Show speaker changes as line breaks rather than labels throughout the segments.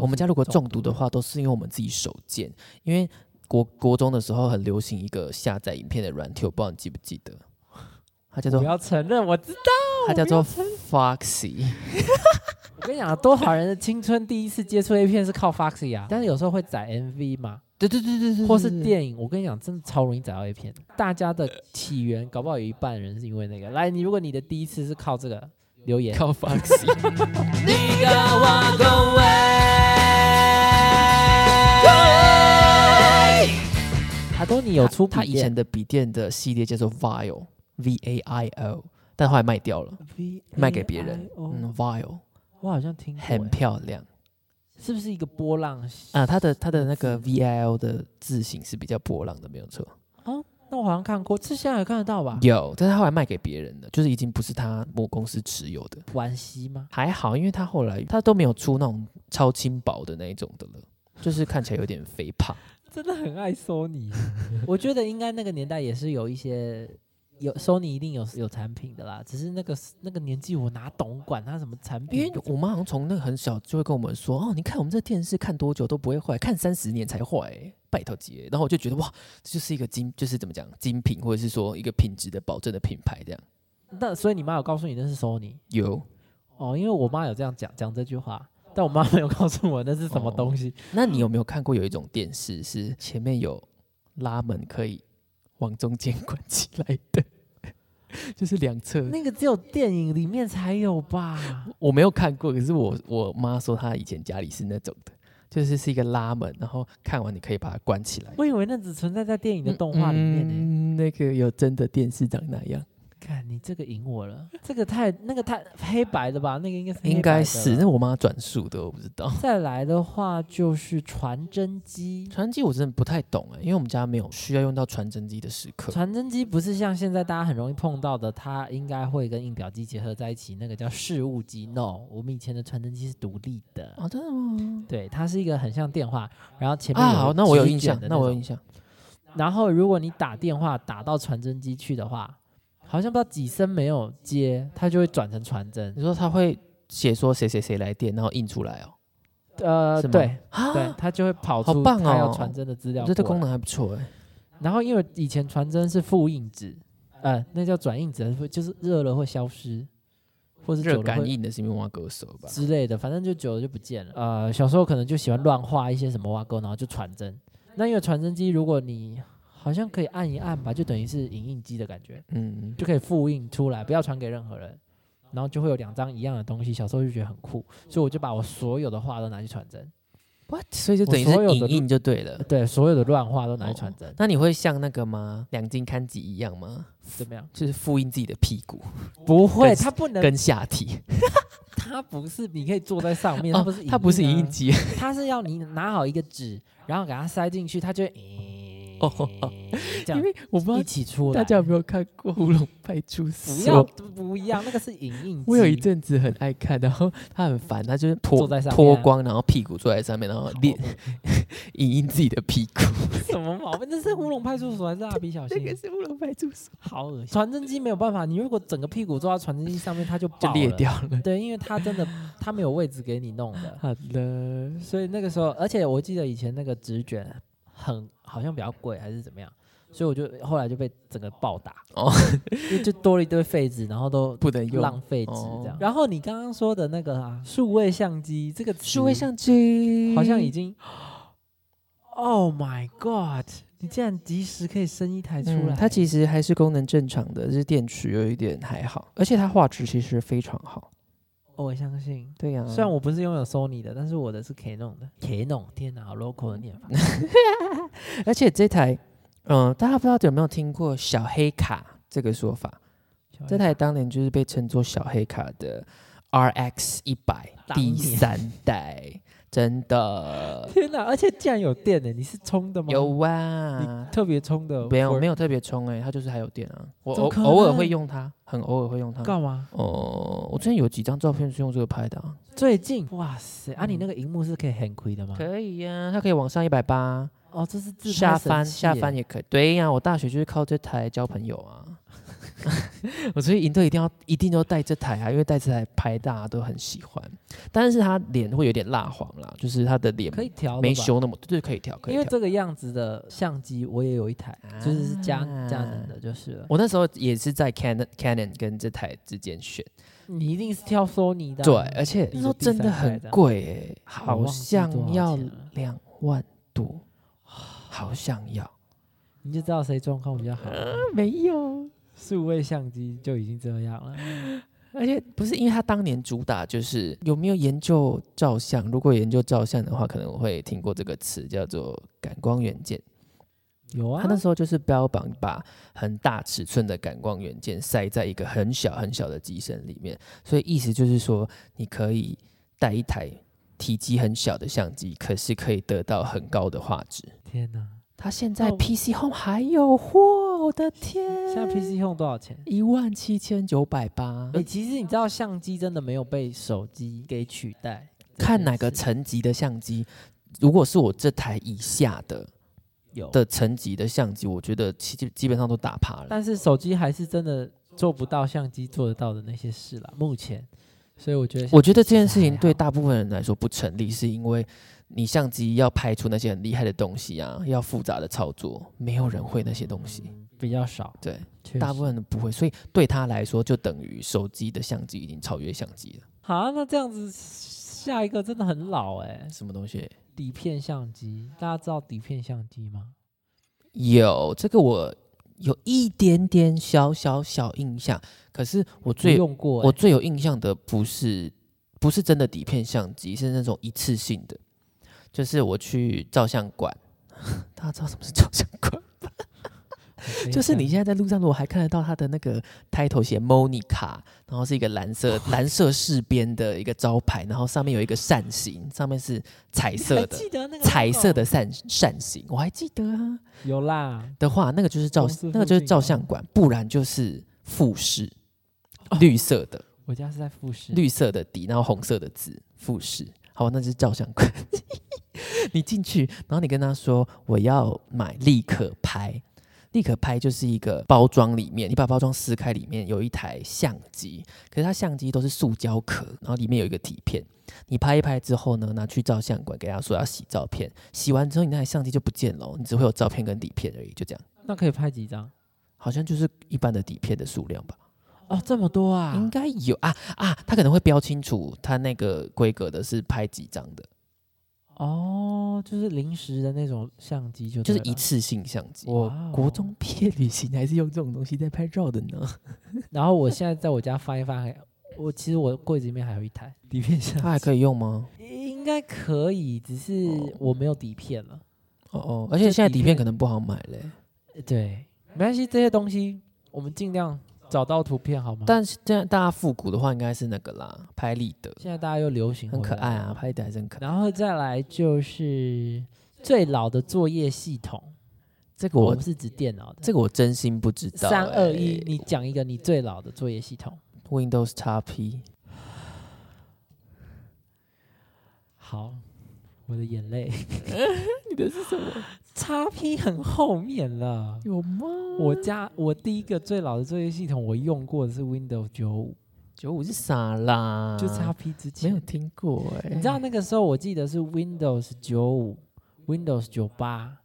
我们家如果中毒的话，都是因为我们自己手贱。因为国国中的时候很流行一个下载影片的软体，我不知道你记不记得，它叫做
不要承认，我知道。
它叫做 Foxy。
我跟你讲，多好人的青春第一次接触 A 片是靠 Foxy 啊，但是有时候会载 MV 嘛，
对对对对对，
或是电影。我跟你讲，真的超容易载到 A 片。大家的起源搞不好有一半人是因为那个。来，你如果你的第一次是靠这个留言，
靠 Foxy。
你跟我恭维。
阿多你有出
它
笔
以
电
前的笔电的系列叫做 Vile V A I L，但后来卖掉了，卖给别人。
VAIO
嗯，Vile
我好像听过欸，
很漂亮
是不是一个波浪？
啊，它的它的那个 V I L 的字型是比较波浪的，没有错。
那我好像看过，这现在也看得到吧？
有，但是后来卖给别人了，就是已经不是他母公司持有的。
惋惜吗？
还好，因为他后来他都没有出那种超轻薄的那一种的了，就是看起来有点肥胖。
真的很 爱 Sony，我觉得应该那个年代也是有一些有 Sony 一定有有产品的啦，只是那个那个年纪我哪懂管它什么产
因
品
为，我妈好像从那个很小就会跟我们说，哦，你看我们这电视看多久都不会坏，看三十年才坏、欸拜托姐。然后我就觉得哇，这就是一个精，就是怎么讲，精品或者是说一个品质的保证的品牌这样。
那所以你妈有告诉你那是 Sony
有，
哦，因为我妈有这样讲讲这句话，但我妈没有告诉我那是什么
哦
东西，
那你有没有看过有一种电视是前面有拉门可以往中间关起来的， 就是两侧
那个只有电影里面才有吧？
我没有看过，可是我我妈说她以前家里是那种的，就是是一个拉门，然后看完你可以把它关起来。
我以为那只存在在电影的动画里面呢、
嗯那个有真的电视长那样，
看你这个赢我了，这个太那个太黑白的吧？那个应该是黑
应该
白的
是
了
那我妈转述的，我不知道。
再来的话就是传真机，
传真机我真的不太懂哎、因为我们家没有需要用到传真机的时刻。
传真机不是像现在大家很容易碰到的，它应该会跟印表机结合在一起，那个叫事务机。No，我们以前的传真机是独立的，
哦，真的吗？
对，它是一个很像电话，然后前面
啊，好，那我有
纸
印
卷
象，
的
那
嗯那
我有
种
印象。
然后如果你打电话打到传真机去的话，好像不知道几声没有接，它就会转成传真
你。说他会写说谁谁谁来电，然后印出来哦。
呃，
是吗
对
啊，
对，它就会跑
好
出
棒
它要
哦
传真的资
我
料
觉
过
得
来。
这功能还不错哎、
然后因为以前传真是复印纸，呃，那叫转印纸，会就是热了会消失，或是久
热
了
感
会
应的是因为挖歌手吧？
之类的，反正就久了就不见了。呃，小时候可能就喜欢乱画一些什么挖沟，然后就传真。那因为传真机，如果你好像可以按一按吧，就等于是影印机的感觉，
嗯，
就可以复印出来，不要传给任何人，然后就会有两张一样的东西。小时候就觉得很酷，所以我就把我所有的画都拿去传真，
What？所以就等于
我所有
是影
的都
印就对了。
对，所有的乱画都拿去传真，
那你会像那个吗？两金刊集一样吗？
怎么样？
就是复印自己的屁股
不会，
跟
它不能，
跟下体。
它不是你可以坐在上面，它
哦
不是、，
它不是影
印啊
印机。
它是要你拿好一个纸，然后给它塞进去，它就会
哦哦哦
这样
因为我不
一
知
起出
道大
来。
家有没有看过《乌龙派出
不
所》？
要不一样，那个是影印机。
我有一阵子很爱看，然后他很烦，他就是脱
坐在上面啊
脱光，然后屁股坐在上面，然后练影印自己的屁股。
什么毛病？那是乌龙派出所还是蜡笔小
这
新？
个是《乌龙派出所
好恶心！传真机没有办法，你如果整个屁股坐到传真机上面，它就》
就
爆
裂
了。
掉了。
对，因为它真的它没有位置给你弄的，
好了，
所以那个时候，而且我记得以前那个纸卷很好像比较贵还是怎么样，所以我就后来就被整个暴打
哦，
因为就多了一堆废纸，然后都
不能用
浪费纸这样。
哦
然后你刚刚说的那个啊，数位相机这个词
数位相机，
好像已经，Oh my God！你竟然及时可以生一台出
嗯
来，
它其实还是功能正常的，就是电池有一点还好，而且它画质其实非常好。
哦我相信。
对呀、
虽然我不是拥有 Sony 的，但是我的是 Canon 的。Canon，天嗯哪，好 local 的念法。
而且这台，嗯、大家不知道有没有听过小黑卡这个说法？这台当年就是被称作小黑卡的 RX 一百
当
第
年
三代，真 的
天哪，而且竟然有电呢、你是充的吗？
有哇
你。特别充的，
没有没
有，
有特别充哎、它就是还有电啊。我
怎么
偶
可
偶尔
能
会用它，很偶尔会用它。
干嘛？
哦，我之前有几张照片是用这个拍的、啊。
最近，哇塞，啊，你那个荧幕是可以很亏的吗？
嗯可以呀、它可以往上一百八，
哦，这是自拍
下翻
神器
下
耶
翻也可以。对呀、我大学就是靠这台交朋友啊。 我所以营队一定要一定要带这台啊，因为带这台拍大家都很喜欢，但是他脸会有点蜡黄啦，就是他的脸
可以调的
没
吧
修那么，对，可以调，可以
因为
调。
这个样子的相机我也有一台，就是是佳
啊
佳能的，就是了。
我那时候也是在 Canon Canon 跟这台之间选，
你一定是挑 Sony 的啊，
对，而且那
第一
时候
第三
真的很
代的
贵诶、
我
好
忘记多
像
少
要
钱啊了
两万多，好像要。
你就知道谁状况比较好了。
没有，
数位相机就已经这样了，
而且不是因为他当年主打就是有没有研究照相，如果有研究照相的话，可能我会听过这个词叫做感光元件。
有啊
他，那时候就是标榜把很大尺寸的感光元件塞在一个很小很小的机身里面，所以意思就是说，你可以带一台体积很小的相机，可是可以得到很高的画质。
天哪！
他现在
哦
PC Home 还有货，我的天！
现在 PC Home 多少钱？
一万七千九百八
哎、，其实你知道，相机真的没有被手机给取代。
看哪个
这件事
层级的相机，如果是我这台以下的
有
的层级的相机，我觉得基基本上都打趴了。
但是手机还是真的做不到相机做得到的那些事了。目前，所以我觉得
我觉得这件事
其实
情
还好
对大部分人来说不成立，是因为你相机要拍出那些很厉害的东西啊，要复杂的操作，没有人会那些东西。
比较少，
对，
嗯确
大
实
部分人不会，所以对他来说就等于手机的相机已经超越相机了。
啊，那这样子下一个真的很老哎、
什么东西？
底片相机，大家知道底片相机吗？
有这个我有一点点小小小印象，可是我
没
最
用过、欸，
我最有印象的不是不是真的底片相机，是那种一次性的，就是我去照相馆。 大家知道什么是照相馆？
没
就是你
想
现在在路上，如果还看得到它的那个 title 写 Monica，然后是一个蓝 色蓝色饰边的一个招牌，然后上面有一个扇形，上面是彩色
还
的
记得那个
彩色
logo？
的扇扇形，我还记得啊。
有啦，
的话，那个就是照
公司
那个就是
附近
照
吗
相馆，不然就是复式，绿色的。
我家是在复试，
绿色的底，然后红色的字复式。好，那就是照相馆。 你进去，然后你跟他说我要买立可拍，立可拍就是一个包装里面，你把包装撕开，里面有一台相机，可是它相机都是塑胶壳，然后里面有一个底片。你拍一拍之后呢，拿去照相馆给他说要洗照片，洗完之后你那台相机就不见了哦，你只会有照片跟底片而已，就这样。
那可以拍几张？
好像就是一般的底片的数量吧。
哦，这么多啊！
应该有啊啊，他可能会标清楚他那个规格的是拍几张的，
哦，就是临时的那种相机就，
就是一。次性相机。
哇
啊我
哦
国中毕业旅行还是用这种东西在拍照的 呢，
然后我现在在我家翻一翻，还我其实我柜子里面还有一台底片相
它还可以用吗？
机，应该可以，只是我没有底片了。
哦哦，而且现在底
底
片
片
可能不好买嘞、
对，没关系，这些东西我们尽量找到图片好吗？
但是这样大家复古的话，应该是那个啦，拍立得，
现在大家又流行
很
回
可
来
爱
了
啊，。拍立得还是很可爱。
然后再来就是最老的作业系统，
这个
我
我
们是指电脑的。
这个我真心不知道、
三二一，
哎
你讲一个你最老的作业系统。
，Windows XP
好，我的眼 泪。你的是什么？叉 P 很后面了。
有吗？
我家我第一个最老的作业系统，我用过的是 Windows 九五、
九五是啥啦？
就叉 P 之
没
前。
有听过哎、
你知道那个时候，我记得是 Windows 九五、Windows 九八，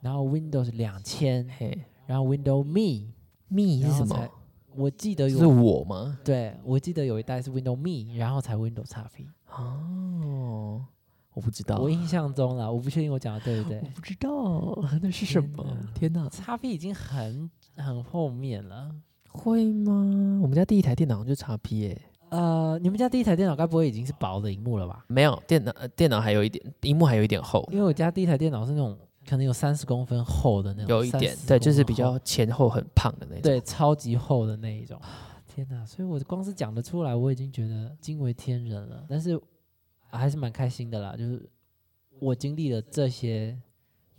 然后 Windows 两千，
嘿
然后 Windows Me。
，Me 是
然后
什
才
么？
我记得
是
有，
我吗？
对我记得有一代是 Windows Me，然后才 Windows 叉 P。
哦，我不知道，
我印象中啦，我不确定我讲的对不对。
不知道那是什
天
么
哪？
天哪，
叉 P 已经很很后面了。
会吗？我们家第一台电脑好像就叉 P 耶、
呃，你们家第一台电脑该不会已经是薄的荧幕了吧？
没有电脑、呃电脑还有一点，荧幕还有一点厚，
因为我家第一台电脑是那种可能有三十公分厚的那种，
有一点
34
对，就是比
公分厚
较前后很胖的那种。，
对超级厚的那一种。天哪！所以我光是讲得出来，我已经觉得惊为天人了。但是、啊还是蛮开心的啦，就是我经历了这些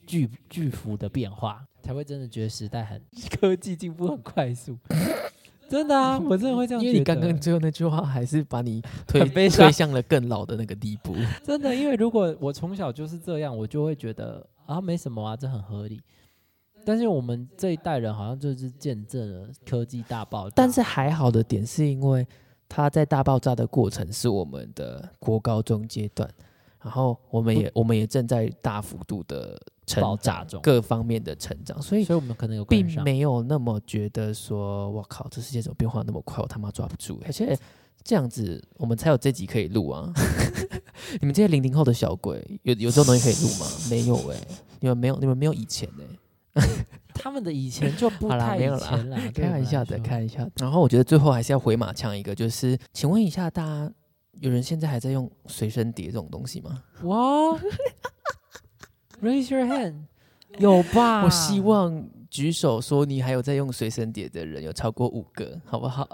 巨巨幅的变化，才会真的觉得时代很 科技进步很快速。真的啊，我真的会这样
因
觉得。
为你刚刚最后那句话还是把你 推
很悲伤
推向了更老的那个地步。
真的，因为如果我从小就是这样，我就会觉得啊，没什么啊，这很合理。但是我们这一代人好像就是见证了科技大爆炸，
但是还好的点是因为它在大爆炸的过程是我们的国高中阶段，然后我们也我们也正在大幅度的
爆
成
炸
长
中，
各方面的成长，所以
所以我们可能有跟
并
上
没有那么觉得说，我靠，这世界怎么变化那么快，我他妈抓不住、欸而且这样子，我们才有这集可以录啊！ 你们这些零零后的小鬼，有有这种东西可以录 吗？没有哎、你们没有，你们没有以前哎、
他们的以前就不
好啦
太以
没有啦
前啦， 对
开
我们
玩
来
笑的，
说
开玩笑的。然后我觉得最后还是要回马枪一个，就是请问一下大家，有人现在还在用随身碟这种东西吗？
哇，raise your hand，有吧？
我希望举手说你还有在用随身碟的人有超过五个，好不好？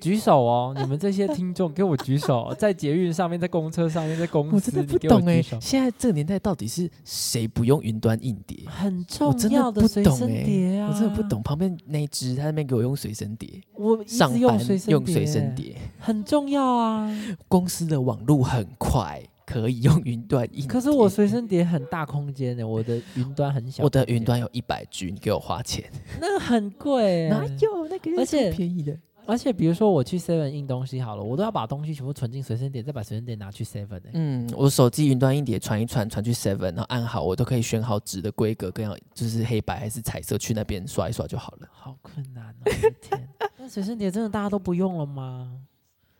举手哦，你们这些听众给我举手，在捷运上面，在公车上面，在公司，
我真的
你
不
给我
懂哎、
举手
现在这个年代到底是谁不用云端硬碟？
很
我
重
真
要
的不
随
懂
身
哎、
碟啊，
我真的不懂。，旁边那一只，他那边给我用随身碟，
我一直
上班
用随身碟，欸
用随身碟。
很重要啊。
公司的网路很快，可以用云端硬碟。
可是我随身碟很大空间的，我的云端很小，
我的云端有一百 G，你给我花钱，
那个很贵、欸，
有那个
而且
最便宜的？
而且比如说我去 Seven 印东西好了，我都要把东西全部存进随身碟，再把随身碟拿去 Seven 哎、
嗯，我手机云端硬碟传一传，传去 Seven，然后按好，我都可以选好纸的规格，跟要就是黑白还是彩色，去那边刷一刷就好了。
好困难哦！我的天，那随身碟真的大家都不用了吗？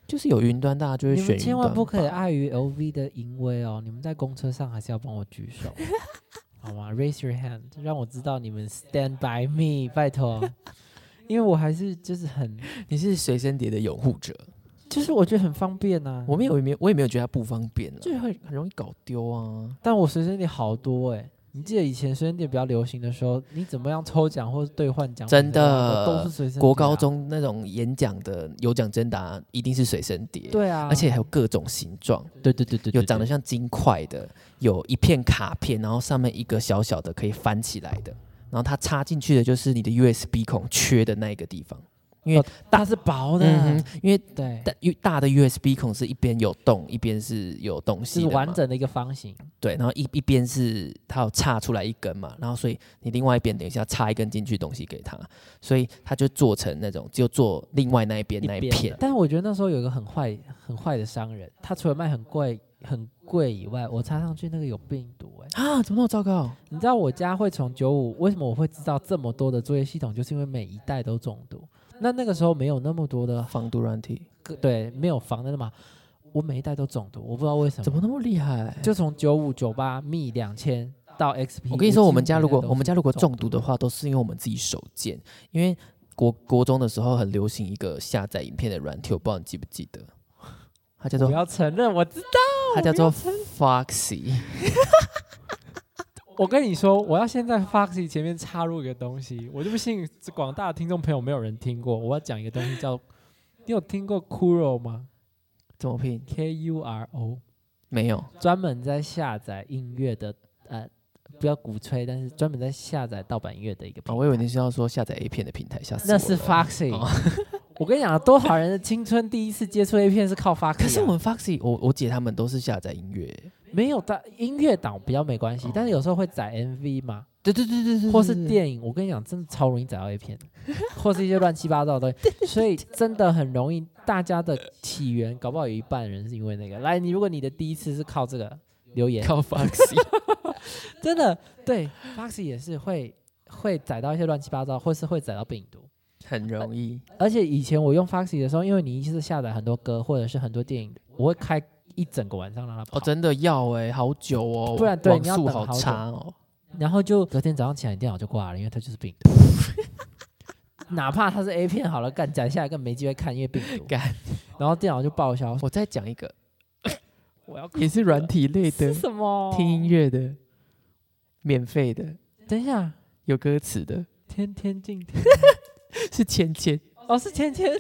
就是有云端，大家就会
你
选
们
云
千万
端
不可以啊
吧
碍于 LV 的淫威哦！你们在公车上还是要帮我举手， 好吗？Raise your hand，让我知道你们 stand by me，拜 托。因为我还是就是很，
你是随身碟的拥护者，
就是我觉得很方便呐、
我们有没有我也没有觉得它不方便了，
嗯就是
会很容易搞丢啊。
但我随身碟好多哎、你记得以前随身碟比较流行的时候，你怎么样抽奖或者兑换奖
真
品话
的
都是随身碟啊、
国高中那种演讲的有奖征答一定是随身碟，、
对啊，
而且还有各种形状，
对对对对，
有
对
长得像金块的，有一片卡片，然后上面一个小小的可以翻起来的，然后它插进去的就是你的 USB 孔缺的那一个地方。
它是薄的，啊
嗯哼，因为
对，
大大的 USB 孔是一边有洞，一边是有东
是
西的嘛
完整的一个方形，
对，然后一一边是它有插出来一根嘛，然后所以你另外一边等一下插一根进去东西给他，所以他就做成那种就做另外那一边那一
边
片
的。但是我觉得那时候有一个很坏、很坏的商人，他除了卖很贵、很贵以外，我插上去那个有病毒哎、
啊，怎么那么糟糕？
你知道我家会从九五，为什么我会知道这么多的作业系统，就是因为每一代都中毒。那那个时候没有那么多的
防毒软体
个对，没有防的嘛，我每一代都中毒，我不知道为什么。
怎么那么厉害？
就从九五、九八、密两千到 XP？
我跟你说，
几乎
我们家
每一
如果
代都
我们
是
家如果中
毒
毒的话，都是因为我们自己手贱，因为国国中的时候很流行一个下载影片的软体，我不知道你记不记得，它叫
的，
做
不要承认我知
它叫做 Foxy。
我跟你说，我要先在 Foxy 前面插入一个东西，我就不信广大的听众朋友没有人听过。我要讲一个东西叫，你有听过 Kuro 吗
怎么拼？
？K U R O，
没有，啊
专门在下载音乐的，呃，不要鼓吹，但是专门在下载盗版音乐的一个平
哦，
台。
我以为你是要说下载 A 片的平台，吓死我了。
那啊是 Foxy
哦。
我跟你讲，多少人的青春第一次接触 A 片是靠 Foxy 啊、
可是我们 Foxy，我我姐他们都是下载音乐，
没有的音乐档比较没关系
哦，
但是有时候会载 MV 嘛。
对对对对对
或是电影，我跟你讲，真的超容易找到 A 片的，或是一些乱七八糟的东西，所以真的很容易。大家的起源，搞不好有一半人是因为那个。来，你如果你的第一次是靠这个留言，
靠 Foxy，
真的对 Foxy 也是会会载到一些乱七八糟，或是会载到病毒。
很容易。
而且以前我用 Foxy 的时候，因为你一次下载很多歌或者是很多电影，我会开一整个晚上让它跑，
哦，真的要哎、好久哦，
不然对
网
你要
速
等
好
好久
差哦。
然后就隔天早上起来，你电脑就挂了，因为它就是病 毒。哪怕它是 A 片好了，干载下来更没机会看，因为病毒。
干，
然后电脑就报销。
我再讲一个，
我要
也是软体类的
是，什么？
听音。乐的，免费的，
等一下，
有歌词的，
天天静听。
是芊芊，
哦，是天天。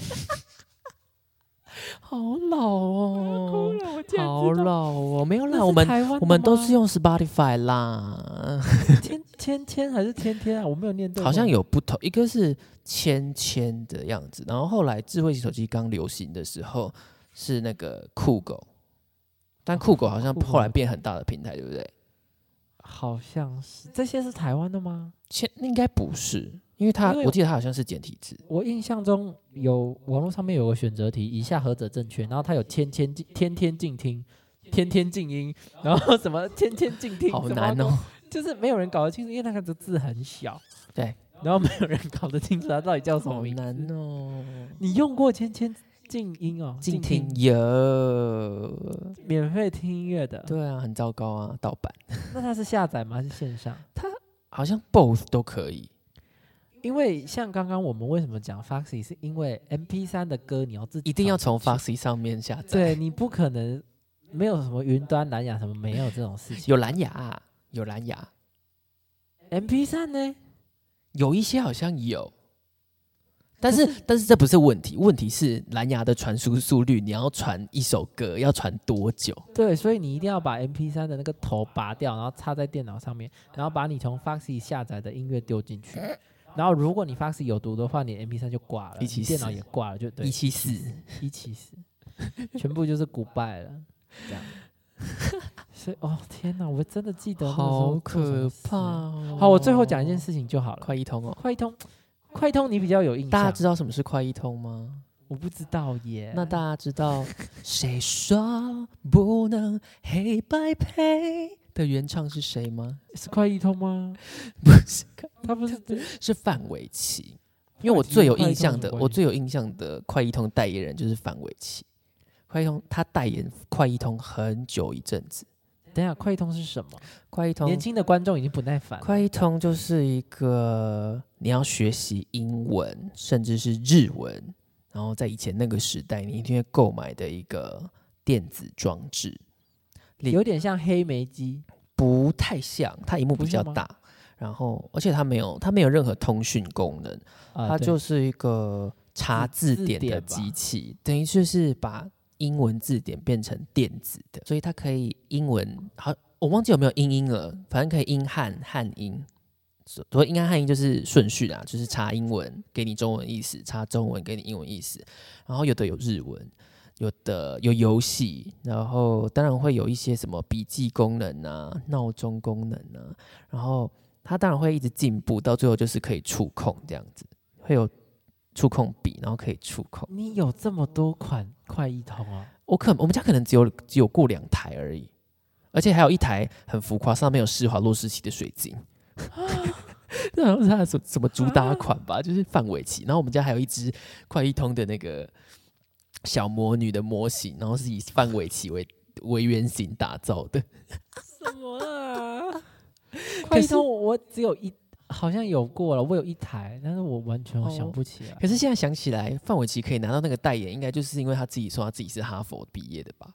好老哦，
了，我
好老哦，没有啦，
那
我们
台湾
我们都是用 Spotify 啦，
天天天还是天天啊？我没有念对。
好像。有不同，一个是芊芊的样子，然后后来智慧型手机刚流行的时候是那个酷狗，但酷狗好像
哦酷狗
后来变很大的平台，对不对？
好像是这些是台湾的吗？
现那应该不是，因为它
因为
我记得它好像是简体 字，
我印象中有网络上面有个选择题，以下何者正确？然后它有天天静天天静听，天天静音，然后什么天天静 听，
好
什么
难
都
哦。
就是没有人搞得清楚，因为那个字很小，
对，
然后没有人搞得清楚它到底叫什么
好
名字。
难哦。
你用过千千静音哦？
静听有，
免费听音乐的，
对啊，很糟糕啊，盗版，
那它是下载吗？还是线上？
好像 both 都可以。
因为像刚刚我们为什么讲 Foxy，是因为 MP 3的歌你要自己
一定要从
传
Foxy 上面下
进去，
载。
对你不可能没有什么云端蓝牙什么没有这种事情。
有蓝牙啊，有蓝牙，
MP 3呢？
有一些好像有，但是但是这不是问题，问题是蓝牙的传输速率，你要传一首歌要传多久？
对，所以你一定要把 MP 3的那个头拔掉，然后插在电脑上面，然后把你从 Foxy 下载的音乐丢进去。然后如果你 Foxy 有毒的话，你 MP 3就挂了，
一起
你电脑
死
也挂了，就对
一，七四，
一起死，全部就是 goodbye 了，这样。所以哦，天哪，我真的记得那个时候
好
做什么
可
事
怕、哦！
好，我最后讲一件，事情就好了。
快一通哦，
快通，嗯快通，你比较有印象。
大家知道什么是快一通吗？
我不知道耶。
那大家知道谁说不能黑白配的原唱是谁吗？
是快一通吗？
不是，
他不是
是范玮琪。因为我最有印象的，
快一通有关
我最有印象的快一通代言人就是范玮琪。快一通他代言快一通很久一阵子，
等一下快一通是什么？
快一通
年轻的观众已经不耐烦了。
快一通就是一个你要学习英文，甚至是日文，然后在以前那个时代，你一定会购买的一个电子装置，点
有点像黑莓机，
不太像，它荧幕比较
不像吗
大，然后而且它没有它没有任何通讯功能，
啊
它
对
就是一个查字
字
典
字
的
典吧
机器，等于就是把英文字典变成电子的，所以它可以英文好，我忘记有没有英音了，反正可以英汉汉英。所所谓英汉汉英就是顺序啦，就是查英文给你中文意思，查中文给你英文意思，然后有的有日文，有的有游戏，然后当然会有一些什么笔记功能啊、闹钟功能啊，然后它当然会一直进步，到最后就是可以触控这样子，会有触控笔，然后可以触控。
你有这么多款快一通哦。
我可我们家可能只有只有过两台而已，而且还有一台很浮夸，上面有施华洛世奇的水晶。啊 那好像是他的什什么主打款吧，就是范玮琪。然后我们家还有一只快一通的那个小魔女的模型，然后是以范玮琪为为原型打造的。
什么啊？
可
快
是
一通我只有一，好像有过了，我有一台，但是我完全
哦
想不起来。
可是现在想起来，范玮琪可以拿到那个代言，应该就是因为他自己说他自己是哈佛毕业的 吧？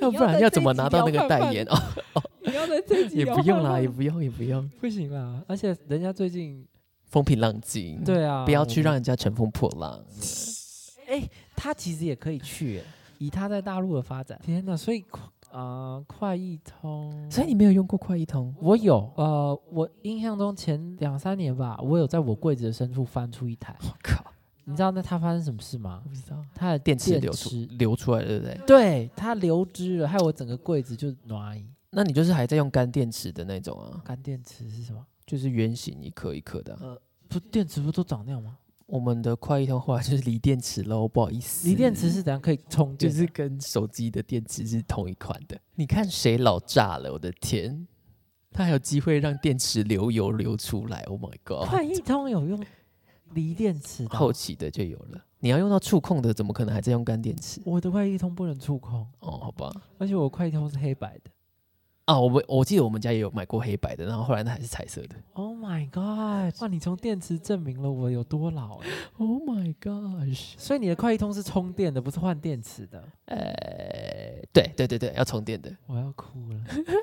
要不然要怎么拿到那个代言哦？
你要在这
也不用啦，也不用，也不用。
不行啦。而且人家最近
风平浪静，、
对啊，
嗯
嗯
不要
我
去
们
让人家乘风破浪。
哎、他其实也可以去耶，以他在大陆的发展，天哪！所以啊、呃快易通，
所以你没有用过快一通，
我有呃，我印象中前两三年吧，我有在我柜子的深处翻出一 台，
我靠，
你知道那它发生什么事吗
我？不知道
它的
电池
池
流出流出来了，对不对？
对，它流汁了，害我整个柜子就暖意。
那你就是还在用干电池的那种啊，
干电池是什么？
就是圆形一颗一颗的啊、
不，电池不都长那样吗？
我们的快一通后来就是锂电池喽，不好意思，
锂电池是怎样可以充
就
电的？
是跟手机的电池是同一款的。你看谁老炸了，我的天！他还有机会让电池流油流出来，Oh my
快
god！
易通有用锂电池的哦
后，期的就有了。你要用到触控的，怎么可能还在用干电池？
我的快易通不能触控，
哦，好吧。
而且我快易通是黑白的。
啊，我们我记得我们家也有买过黑白的，然后后来那还是彩色的。
Oh my god！哇，你从电池证明了我有多老哎、
Oh my gosh！
所以你的快易通是充电的，不是换电池的。
呃，对对对对，要充电的。
我要哭了，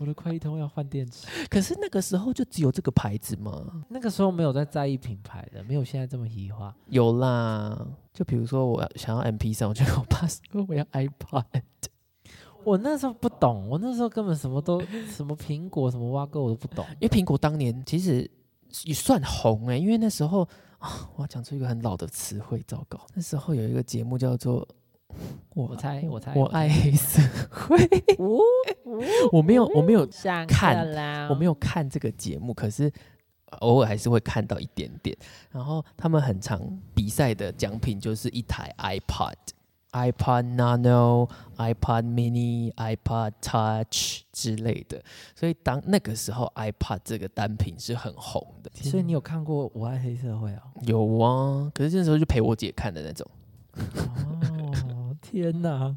我的快易通要换电池。
可是那个时候就只有这个牌子吗？
那个时候没有在在意品牌的，没有现在这么移花。
有啦，就比如说我要想要 MP 三，我就跟 我爸说我要 iPod。
我那时候不懂，我那时候根本什么都什么苹果什么挖沟我都不懂。
因为苹果当年其实也算红哎、因为那时候啊，我要讲出一个很老的词汇，糟糕。那时候有一个节目叫做
我
我
猜，我猜，
我爱黑社会，
我
我没有我没有
上
看
课啦，
我没
有
有看这个节目，可是呃偶尔还是会看到一点点。然后他们很常比赛的奖品就是一台 iPod、iPod Nano、iPod Mini、iPod Touch 之类的。所以当那个时候，iPod 这个单品是很红的。
所以你有看过《我爱黑社会》啊？
有啊，可是那时候就陪我姐看的那种。
哦，天哪！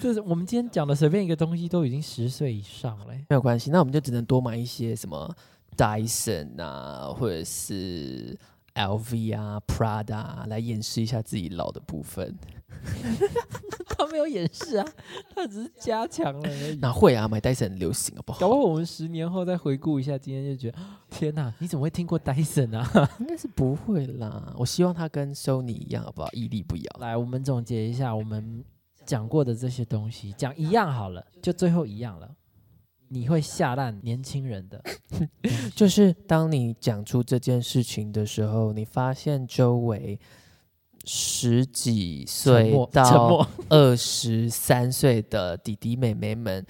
这是我们今天讲的随便一个东西都已经十岁以上了欸。
没有关系，那我们就只能多买一些什么 Dyson 啊，或者是 LV 啊、Prada 啊来掩饰一下自己老的部分。
他没有掩饰啊，他只是加强了而已。
哪会啊？买 Dyson 很流行好不
搞不
好？
好我们十年后再回顾一下，今天就觉得 天哪，你怎么会听过 Dyson 啊？
应该是不会啦。我希望它跟 Sony 一样，好不好？屹立不摇。
来，我们总结一下我们讲过的这些东西，讲一样好了，就最后一样了。你会吓烂年轻人的，
就是当你讲出这件事情的时候，你发现周围十几
沉
岁
默，沉
到
默，
二十三岁的弟弟妹妹 们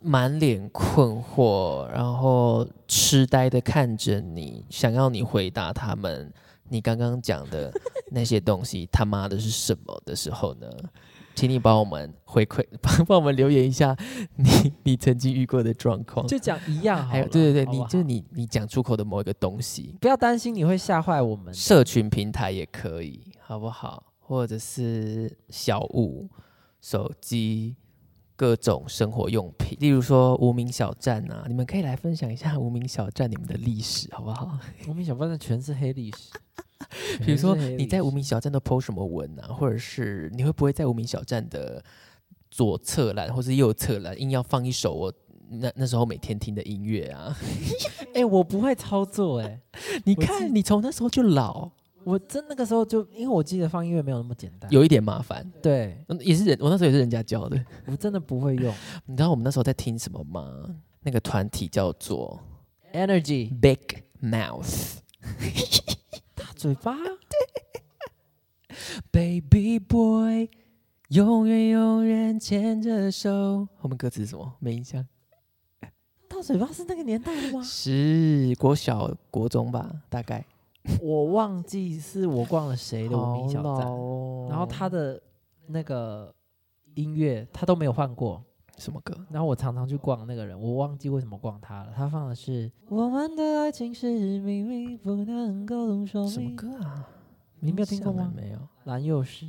满脸困惑，然后痴呆的看着你，想要你回答他们你刚刚讲的那些东西他妈的是什么的时候呢？请你帮我们回馈， 帮帮我们留言一下你你曾经遇过的状况，
就讲一样好了。
还有对对对，
好啊不
你
好
就是你你讲出口的某一个东西，
不要担心你会吓坏我们的，
社群平台也可以，好不好？或者是小物、手机、各种生活用品，例如说无名小站啊，你们可以来分享一下 无名小站你们的历史，好不 好？
我们想不到全是黑历 史。
比如说
全是黑历
你在
史
无名小站都 PO 什么文啊，或者是你会不会在无名小站的左侧栏或是右侧栏硬要放一首我那那时候每天听的音乐啊？
哎、我不会操作哎、
你
我记
看你从那时候就老，
我真那个时候就因为我记得放音乐没有那么简单，
有一点麻烦，
对
嗯也是人我那时候也是人家教的。
我真的不 会用
你知道我们那时候在听什么吗？那个团体叫做
energy
Big Mouth。
大啊嘴巴，
Baby boy，永远永远牵着手。后面歌词是什么？没印象。？
大嘴巴是那个年代的吗
是国小、国中吧，大概。
我忘记是我逛了谁的无名小站，
哦
然后他的那个音乐他都没有换过，
什么歌？
然后我常常去逛那个人，我忘记为什么逛他了，他放的是我们的爱情是明明不能够说
什么
明，
歌啊？
你没有听过吗
印象了没有。
蓝又是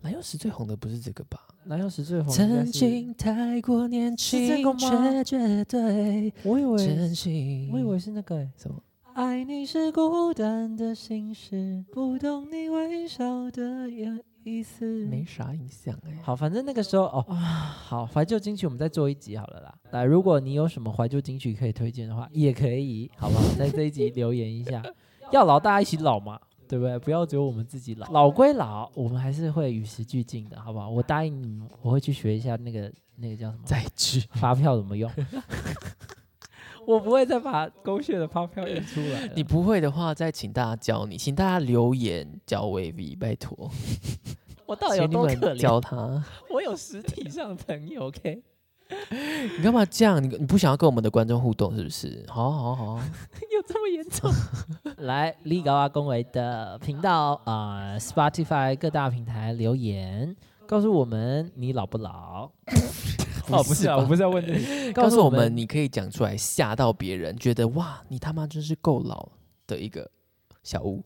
蓝又时最红的不是这个吧？
蓝又哦是最红，
曾，经太过年轻，
是这个
却
吗
绝对
我以为
真心。
我以为是那个、欸。
什么？
爱你是孤单的心事，不懂你微笑的意意思。
没啥印象哎、
好，反正那个时候哦，啊好，怀旧金曲我们再做一集好了啦。来，如果你有什么怀旧金曲可以推荐的话，也可以，好不好？在这一集留言一 下，要老大家一起老嘛，对不对？不要只有我们自己老，老归老，我们还是会与时俱进的，好不好？我答应你们，我会去学一下那个那个叫什么
再去。
发票怎么用。 我不会再把狗血的发票印出来了。
你不会的话，再请大家教你，请大家留言教 VV，拜托，
我 到底有
请你
多可
们
怜？
教他。
我有实体上的朋友，OK？
你干嘛这样？你你不想要跟我们的观众互动是不是？好好好好，
有这么严重？来，立高阿公维的频道啊、呃 Spotify 各大平台留言，告诉我们你老不老？ 哦，不是啊，我不是要问 你，
告诉我们
们
你可以讲出来吓到别人，觉得哇，你他妈真是够老的一个小屋。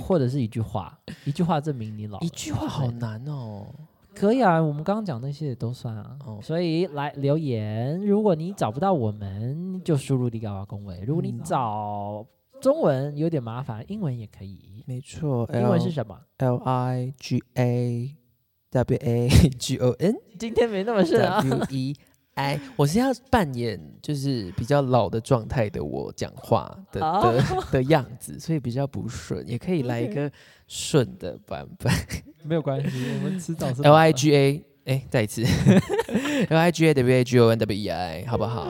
或者是一句话，一句话证明你老了。
一句话好难哦。
可以啊，我们刚刚讲那些也都算啊。
哦
所以来留言，如果你找不到我们，就输入立高阿公维。如果你
嗯
找中文有点麻烦，英文也可以。
没错
英文是什么？
L I G A W A G O N
今天没那么顺啊。
W E I，我是要扮演就是比较老的状态的我讲话的的的样子，所以比较不顺，也可以来一个顺的版本。
没有关系，我们迟早是
L I G A，哎，再一次 L I G A W A G O N W E I，好不好？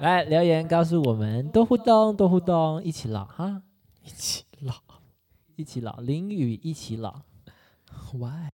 来留言告诉我们，多互动，多互动，一起老哈，
一起老
一起老，淋雨一起老。
，Why？